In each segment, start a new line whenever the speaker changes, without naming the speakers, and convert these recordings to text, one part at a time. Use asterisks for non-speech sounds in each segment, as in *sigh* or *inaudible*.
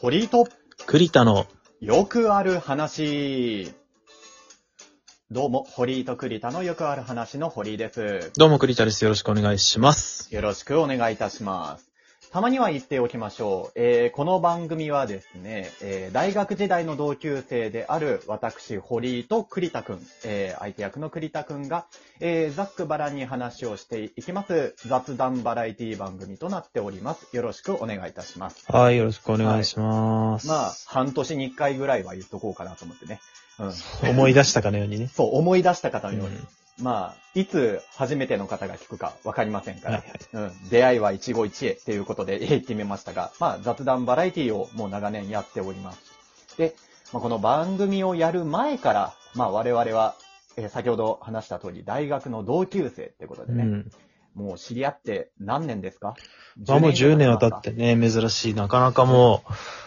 鳥と
栗田の、
よくある話。どうも、堀井と栗田のよくある話の堀井です。
どうも栗田です。よろしくお願いします。
よろしくお願いいたします。たまには言っておきましょう。えーこの番組はですね、えー大学時代の同級生である私、堀井と栗田くん、えー相手役の栗田くんが、えーざっくばらんに話をしていきます。雑談バラエティ番組となっております。よろしくお願いいたします。
はい、よろしくお願いします。
まあ、半年に一回ぐらいは言っとこうかなと思ってね。うん。
思い出したかのようにね。
*laughs* そう、思い出した方
う
の
ん
ように。まあ、いつ初めての方が聞くかわかりませんか
はいは
ら
い。
うん。出会いは一期一会っていうことで、ええ決めましたが、まあ、雑談バラエティをもう長年やっております。で、まあ、この番組をやる前から、まあ、我々は、えー先ほど話した通り、大学の同級生ってことで
う
ね、
ん。
もう知り合って何年ですか
まあもう10年は
経
経ってね、珍しい。なかなかも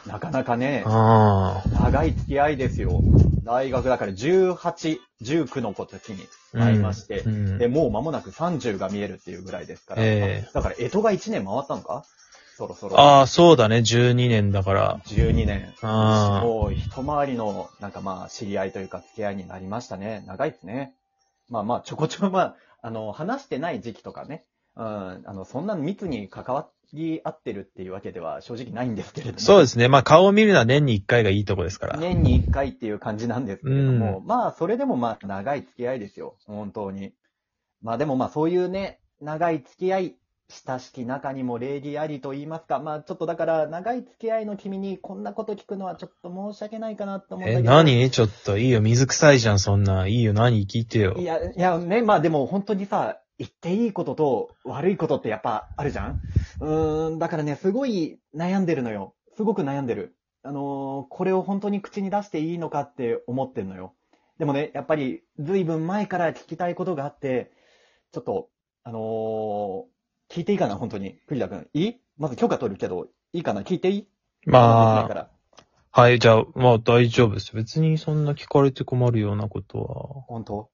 なかなかね
う、、あ
長い付き合いですよ。大学だから18、19の子たちに
あ。
会いまして、
うん。
で、もう間もなく30が見えるっていうぐらいですから。
ええ
だから、江戸が1年回ったのかそろそろ。
ああ、そうだね。12年だから。
12年。
ああ
もう一回りの、なんかまあ、知り合いというか付き合いになりましたね。長いですね。まあまあ、ちょこちょこ、まあ、あの、話してない時期とかね。うん、あの、そんな密に関わり合ってるっていうわけでは正直ないんですけれども。
そうですね。まあ顔を見るのは年に1回がいいとこですから。
年に一回っていう感じなんですけれども、まあ、それでもまあ、長い付き合いですよ、本当に。まあ、でもまあ、そういうね、長い付き合い、親しき中にも礼儀ありと言いますか、まあ、ちょっとだから、長い付き合いの君にこんなこと聞くのはちょっと申し訳ないかなと思った
え、
けど。
何ちょっといいよ。水臭いじゃん、そんなん。いいよ、何聞いてよ
い。や、いやね、まあでも本当にさ、言っていいことと悪いことってやっぱあるじゃんうーん、だからね、すごい悩んでるのよ。すごく悩んでる。あのーこれを本当に口に出していいのかって思ってんのよ。でもね、やっぱり随分前から聞きたいことがあって、ちょっと、あのー聞いていいかな、本当に。栗田くん。いいまず許可取るけど、いいかな聞いていい
まあ
か、ら。
はい、じゃあ、まあ大丈夫です。別にそんな聞かれて困るようなこと
本当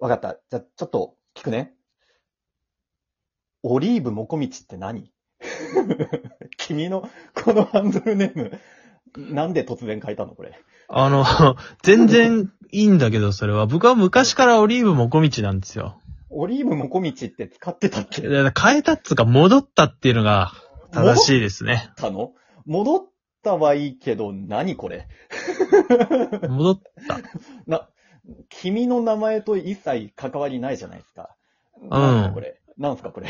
わかった。じゃあ、ちょっと聞くね。オリーブもこみちって何 *laughs* 君のこのハンドルネーム、なんで突然変えたのこれ。
は。あの、 *laughs* 全然いいんだけど、それは。僕は昔からオリーブもこみちなんですよ。
オリーブもこみちって使ってたっけ
で変えたっつうか、戻ったっていうのが正しいですね。
たの戻ったはいいけど、何これ
戻っ、
な、君の名前と一切関わりないじゃないですか。うんこれ。なんすかこれ。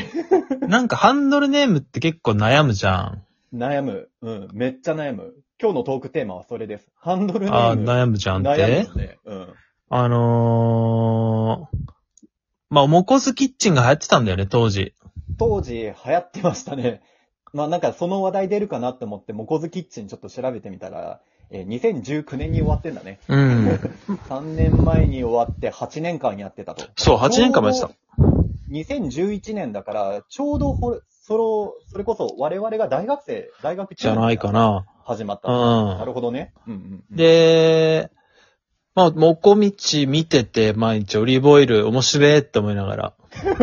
なんかハンドルネームって結構悩むじゃん。
悩む。うん。めっちゃ悩む。今日のトークテーマはそれです。ハンドルネー
あー
ム。
悩むじゃんっ
悩
て
む。よね。うん。
あのー、まあ、モコスキッチンが流行ってたんだよね、当時。
当時流行ってましたね。 *laughs* まあなんかその話題出るかなって思って、モコズキッチンちょっと調べてみたら、えー2019年に終わってんだね。
うん。
3年前に終わって8年間やってたと。
そう、8年間もやってた。
2011年だから、ちょうどほれ、その、それこそ我々が大学生、大学
じゃないか。な。
始まった。
うん
なるほどね。うんうんうん、
で、まあ、もこみち見てて、毎日オリーブオイル面白いって思いながら。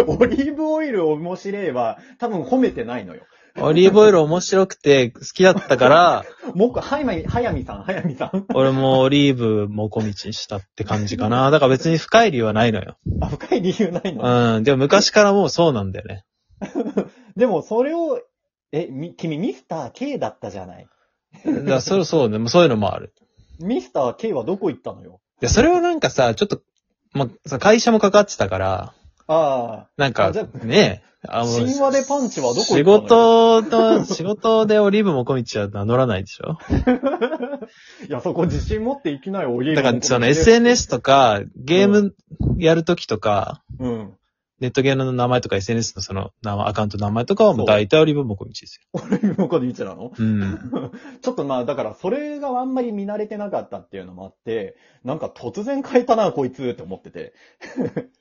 オリーブオイル面白いは、多分褒めてないのよ。
オリーブオイル面白くて好きだっ
*laughs*
たから、
もう、はやみ、はやみさん、はやみさん。
俺もオリーブもこみちにしたって感じかな。だから別に深い理由はないのよ。
あ、深い理由ないの
うん。でも昔からもうそうなんだよね。
でも、それを、え、み、君、ミスター K だったじゃない。
だからそろそうね。もうそういうのもある。
ミスター K はどこ行ったのよ
で、それはなんかさ、ちょっと、まあ、さ会社もかかってたから、
あ
なん
あ
か
じゃ、
ねあ
あ、
の
神話でパンチはどこ行
仕
ったのよ
事と、仕事でオリーブもこみちは名乗らないでしょ
*laughs* いや、そこ自信持っていきなよ、お家
だから、その。SNS とか、ゲームやるときとか、
うん。 *laughs*
ネットゲームの名前とか SNS のその名前アカウントの名前とかはもう大体オリーブもこみちです
俺、向こうで見てたの
よ。うん。
ちょっとまあ、だから、それがあんまり見慣れてなかったっていうのもあって、なんか突然変えたな、こいつって思って *laughs* て。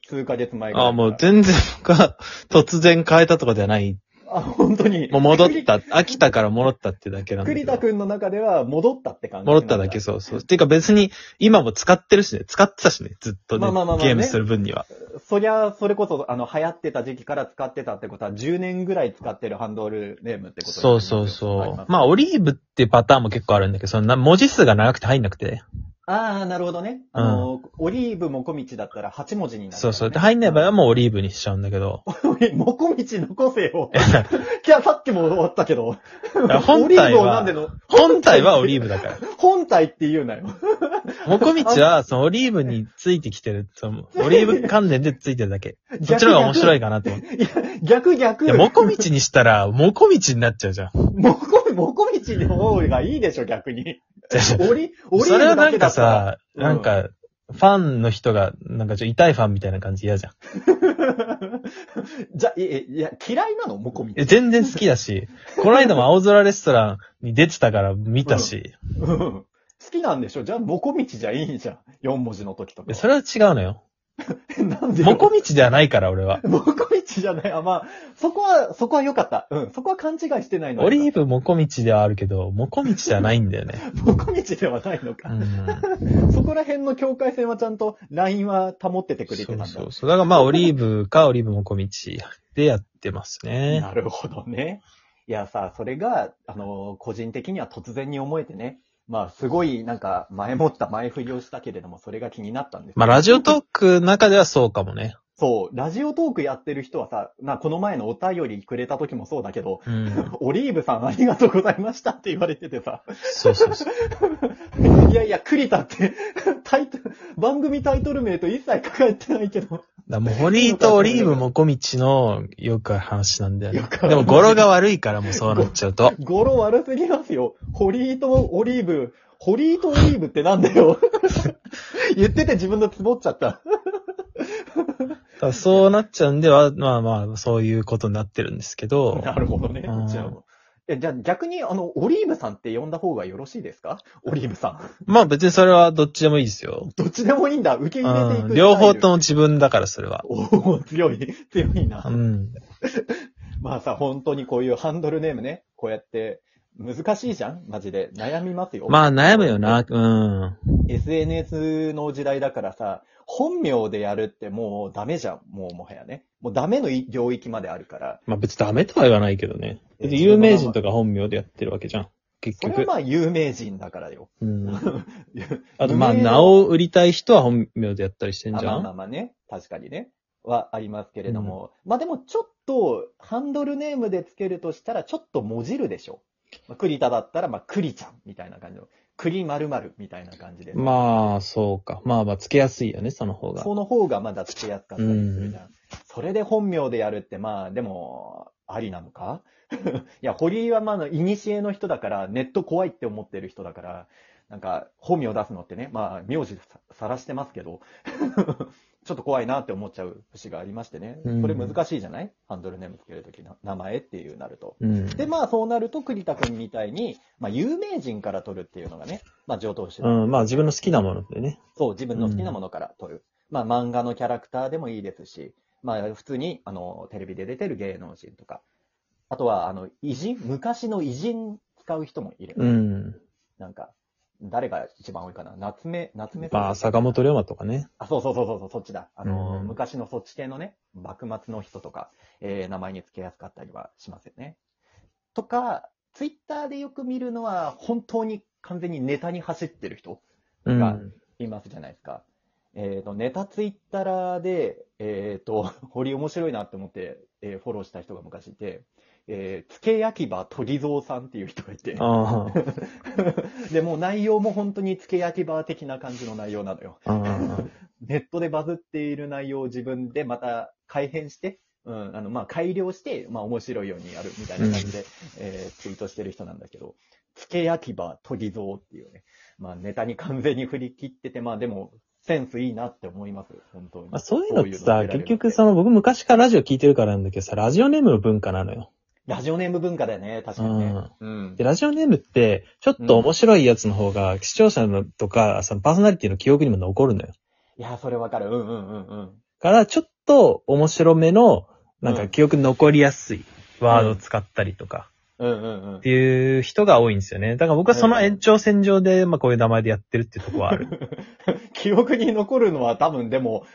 数ヶ月前ぐらいから
ああ、もう全然僕は突然変えたとかではない。
ああ、本当に。
もう戻った、飽きたから戻ったってだけなんだけ
栗
ど
田くんの中では戻ったって感じ。
戻っただけ、そうそう。ていうか別に、今も使ってるしね、使ってたしね、ずっとね、
まあまあまあまあね
ゲームする分には。
そりゃ、それこそ、あの、流行ってた時期から使ってたってことは、10年ぐらい使ってるハンドルネームってこと
そうそうそう。まあ、
あ、
オリーブっていうパターンも結構あるんだけど、そのな文字数が長くて入んなくて。
ああ、なるほどね。あの、オリーブもこみちだったら8文字になる、
そうそう。で、入んない
*laughs*
場合はもうオリーブにしちゃうんだけど。
う。もこみち残せよ。いや、さっきも終わったけど。
や本
オ
体は
リーブをなんでの、
本体はオリーブだから。
本体って言うなよ。
もこみちは、そのオリーブについてきてる、その、
*laughs*
オリーブ関連でついてるだけ。そっちの方が面白いかなと思って。
いや、逆逆。
いや、もこみちにしたら、もこみちになっちゃうじゃん。
もこ、もこみちの方がいいでしょ、逆
*laughs*
に。オリ、オリ
それ
ー
は
ブ
な
だけ
ん
だ
か
ったら。
さ、なんか、ファンの人が、なんかちょっと痛いファンみたいな感じ嫌じゃん。
*laughs* じゃ、いや、いや嫌いなのもこみ
え
ち。
全然好きだし、この間も青空レストランに出てたから見たし、
うん *laughs* 好きなんでしょじゃあ、もこみちじゃいいじゃん。四文字の時と
いや
か。
それは違うのよ。
なんでよ
もこみちではないから、
*laughs*
俺は。
もこみちじゃない。あ、まあ、そこは、そこは良かった。うん。そこは勘違いしてないの。
オリーブもこみちではあるけど、もこみちではないんだよね。
ブ。もこみちではないの
う
か。
ん。
そこら辺の境界線はちゃんと、ラインは保っててくれて
そ
たんだ。
うそうそう。だからまあ、オリーブかオリーブもこみちでやってますね。
なるほどね。いやさ、それが、あの個人的には突然に思えてね。まあ、すごい、なんか、前もった前振りをしたけれども、それが気になったんです。
まあ、ラジオトークの中ではそうかもね。
そう、ラジオトークやってる人はさ、まあ、この前のお便りくれた時もそうだけど、
うん。
オリーブさんありがとうございましたって言われててさ、 *laughs*
そうそうそう。
いやいや、栗田って、 *laughs* タイトル、番組タイトル名と一切書かれてないけど、
だからもう、堀井とオリーブもこみちのよくある話なんだよ
よ
ね
くあ。る
でも、語呂が悪いからもうそうなっちゃうと。
語呂悪すぎますよ。堀井とオリーブ、堀井とオリーブってなんだよ。 *laughs* 言ってて自分でつぼっちゃった。
だからそうなっちゃうんでは、まあまあ、そういうことになってるんですけど。
なるほどね。
うん
じゃあえじゃあ逆に、あの、オリーブさんって呼んだ方がよろしいですかオリーブさん。 *laughs*
まあ別にそれはどっちでもいいですよ。
どっちでもいいんだ。受け
う
入れていく、
ん。両方と。も自分だから、それは。
おお、強い、 *laughs* 強いうな。
ん。
まあさ、本当にこういうハンドルネームね、こうやって、難しいじゃんマジで。悩みますよ。
まあ悩むよな。うん。
SNS の時代だからさ、本名でやるってもうダメじゃん。もうもはやね。もうダメの領域まであるから。
まあ別にダメとは言わないけどね。
え
だって有名人とか本名でやってるわけじゃん。結
それは
局。
まあ有名人だからよ。
う
*laughs* い
ん。
や
あとまあ
有名な
名を売りたい人は本名でやったりしてん
あ
じ
ま
ゃ
あまあ
ん
まあね。確かにね。はありますけれども。まあでもちょっと、ハンドルネームでつけるとしたら、ちょっともじるでしょ。まあ、栗田だったら、まあ栗ちゃんみたいな感じの。栗〇〇みたいな感じで。
まあ、そうか。まあまあ、つけやすいよね、その方が。
その方がまだつけやすかったりするじゃん。それで本名でやるって、まあ、でも、ありなのか *laughs* いや、堀井はまあ、いにしえの人だから、ネット怖いって思ってる人だから、なんか、本名出すのってね、まあ、名字ささらしてますけど、 *laughs* ちょっと怖いなって思っちゃう節がありましてね。
うん
それ難しいじゃない、ハンドルネームつけるときの名前っていうなると。
うん。
で、まあ、そうなると、栗田くんみたいに、まあ、有名人から取るっていうのがね、まあ、上等手段
うん、まあ自分の好きなものでね。
そう、自分の好きなものから撮る。まあ、漫画のキャラクターでもいいですし、まあ、普通に、あの、テレビで出てる芸能人とか、あとは、あの、偉人、昔の偉人使う人もいる。
うん。
なんか、誰が一番多いかな夏目、夏目さん
まあ、坂本龍馬とかね。
あ、そうそうそうそうそう、そっちだ。あの、
うん
昔のそっち系のね、幕末の人とか、えー名前に付けやすかったりはしますよね。とか、ツイッターでよく見るのは、本当に完全にネタに走ってる人。
う
まあ
ん。
いますじゃないですか。えっ、と、ネタツイッターで、えっ、と、 *laughs* 堀面白いなって思って、えーフォローした人が昔いて、えー、つけ焼き場鳥蔵さんっていう人がいて、
あ
*laughs* で、もう内容も本当につけ焼き場的な感じの内容なのよ。
あ。うん
ネットでバズっている内容を自分でまた改変して、うん、あの、まあ、改良して、まあ、面白いようにやるみたいな感じで、えーツイートしてる人なんだけど、つけ焼き場鳥蔵っていうね、まあ、ネタに完全に振り切ってて、まあ、でも、センスいいなって思います、本当に。
まあ、そういうのってさ、結局
さ
その僕昔からラジオ聞いてるからなんだけどさ、ラジオネームの文化なのよ。
ラジオネーム文化だよね、確かにね。うん
で、。ラジオネームって、ちょっと面白いやつの方が、視聴者のとか、そのパーソナリティの記憶にも残るのよ。
いや、それわかる。うんうんうんうん。
から、ちょっと面白めの、なんか記憶に残りやすい。ワードを使ったりとか、
うんうんうん
っ。ていう人が多いんですよね。だから僕はその延長線上で、まあこういう名前でやってるっていうところはある。
記憶に残るのは多分でも、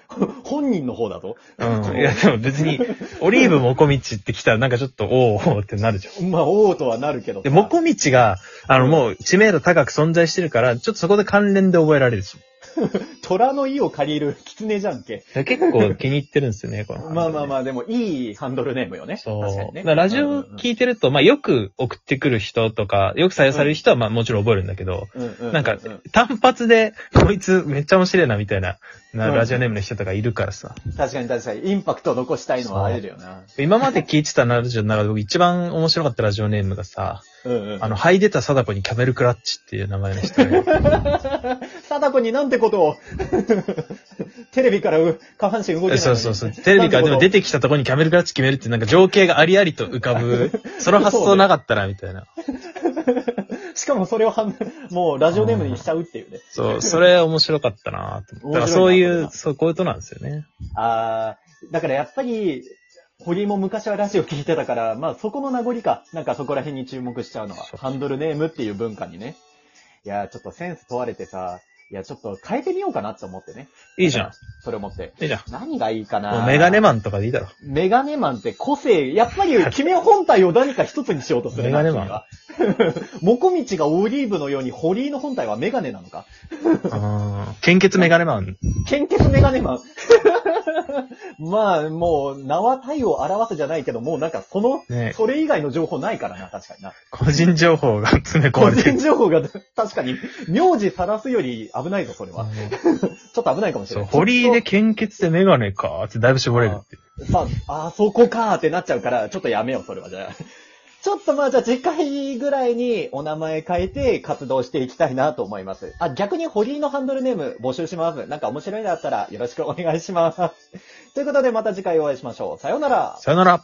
本人の方だぞ。 *laughs*
うん。いや、でも別に、オリーブもこみちって来たらなんかちょっと、おーおーってなるじゃん。
まあ、王とはなるけど。
で、もこみちが、あのもう知名度高く存在してるから、ちょっとそこで関連で覚えられるし。
虎の意を借りる狐じゃんけ。
結構気に入ってるんですよね、この。
まあまあま
あ。
あ、でもいいハンドルネームよね。
そう。
確かにね
だからラジ
うんう
オ
んうん
聞いてると、まあよく送ってくる人とか、よく採用される人は、まあもちろん覚えるんだけど、
うんうう
なんか、単発で、こいつめっちゃ面白いな、みたいな、な
うん
ラジオネームの人とかいるからさ。
確かに確かに、インパクトを残したいのはあれだよな。
今まで聞いてたラジオの中で僕一番面白かったラジオネームがさ、
うんうん。
あの、ハイデタ貞子にキャメルクラッチっていう名前の人が、
*laughs* 貞子になんてことを *laughs* テレビからう下半身動いてない。
そうそうそう、テレビからでも出てきたとこにキャメルクラッチ決めるってなんか情景がありありと浮かぶ、その発想なかったな、みたいな。
しかもそれをはんもうラジオネームにしちゃうっていうね。
そう、それ面白かったなと思って。だからそういう、そう、こういうことなんですよね。
あー、だからやっぱり、堀も昔はラジオ聞いてたから、まあそこの名残か。なんかそこら辺に注目しちゃうのは。
そう
ハンドルネームっていう文化にね。いやー、ちょっとセンス問われてさ、いや、ちょっと変えてみようかなって思ってね。
いいじゃん。
それ思って。
いいじゃん。
何がいいかな
もうメガネマンとかでいいだろ。
メガネマンって個性、やっぱり君は本体を何か一つにしようとするな。
メガネマン
君は。 *laughs* モコミチがオリーブのように堀井の本体はメガネなのか
うん。献血メガネマン。
献血メガネマン。 *laughs* まあ、もう、名は体を表すじゃないけど、もうなんかその、
ね
それ以外の情報ないからな、確かにな。
個人情報が詰め込ま
個
れて
人
*laughs* る。
情報が、確かに、名字さらすより危ないぞ、それ
う
は。
ん
ちょっと危ないかもしれ
そう、
ない。
堀井で献血でメガネかってだいぶ絞れるっていう。
さあ、あそこかーってなっちゃうから、ちょっとやめよう、それはじゃあ。ちょっとまあじゃあ次回ぐらいにお名前変えて活動していきたいなと思います。あ、逆に堀井のハンドルネーム募集します。なんか面白いのあったらよろしくお願いします。ということでまた次回お会いしましょう。さようなら。
さよなら。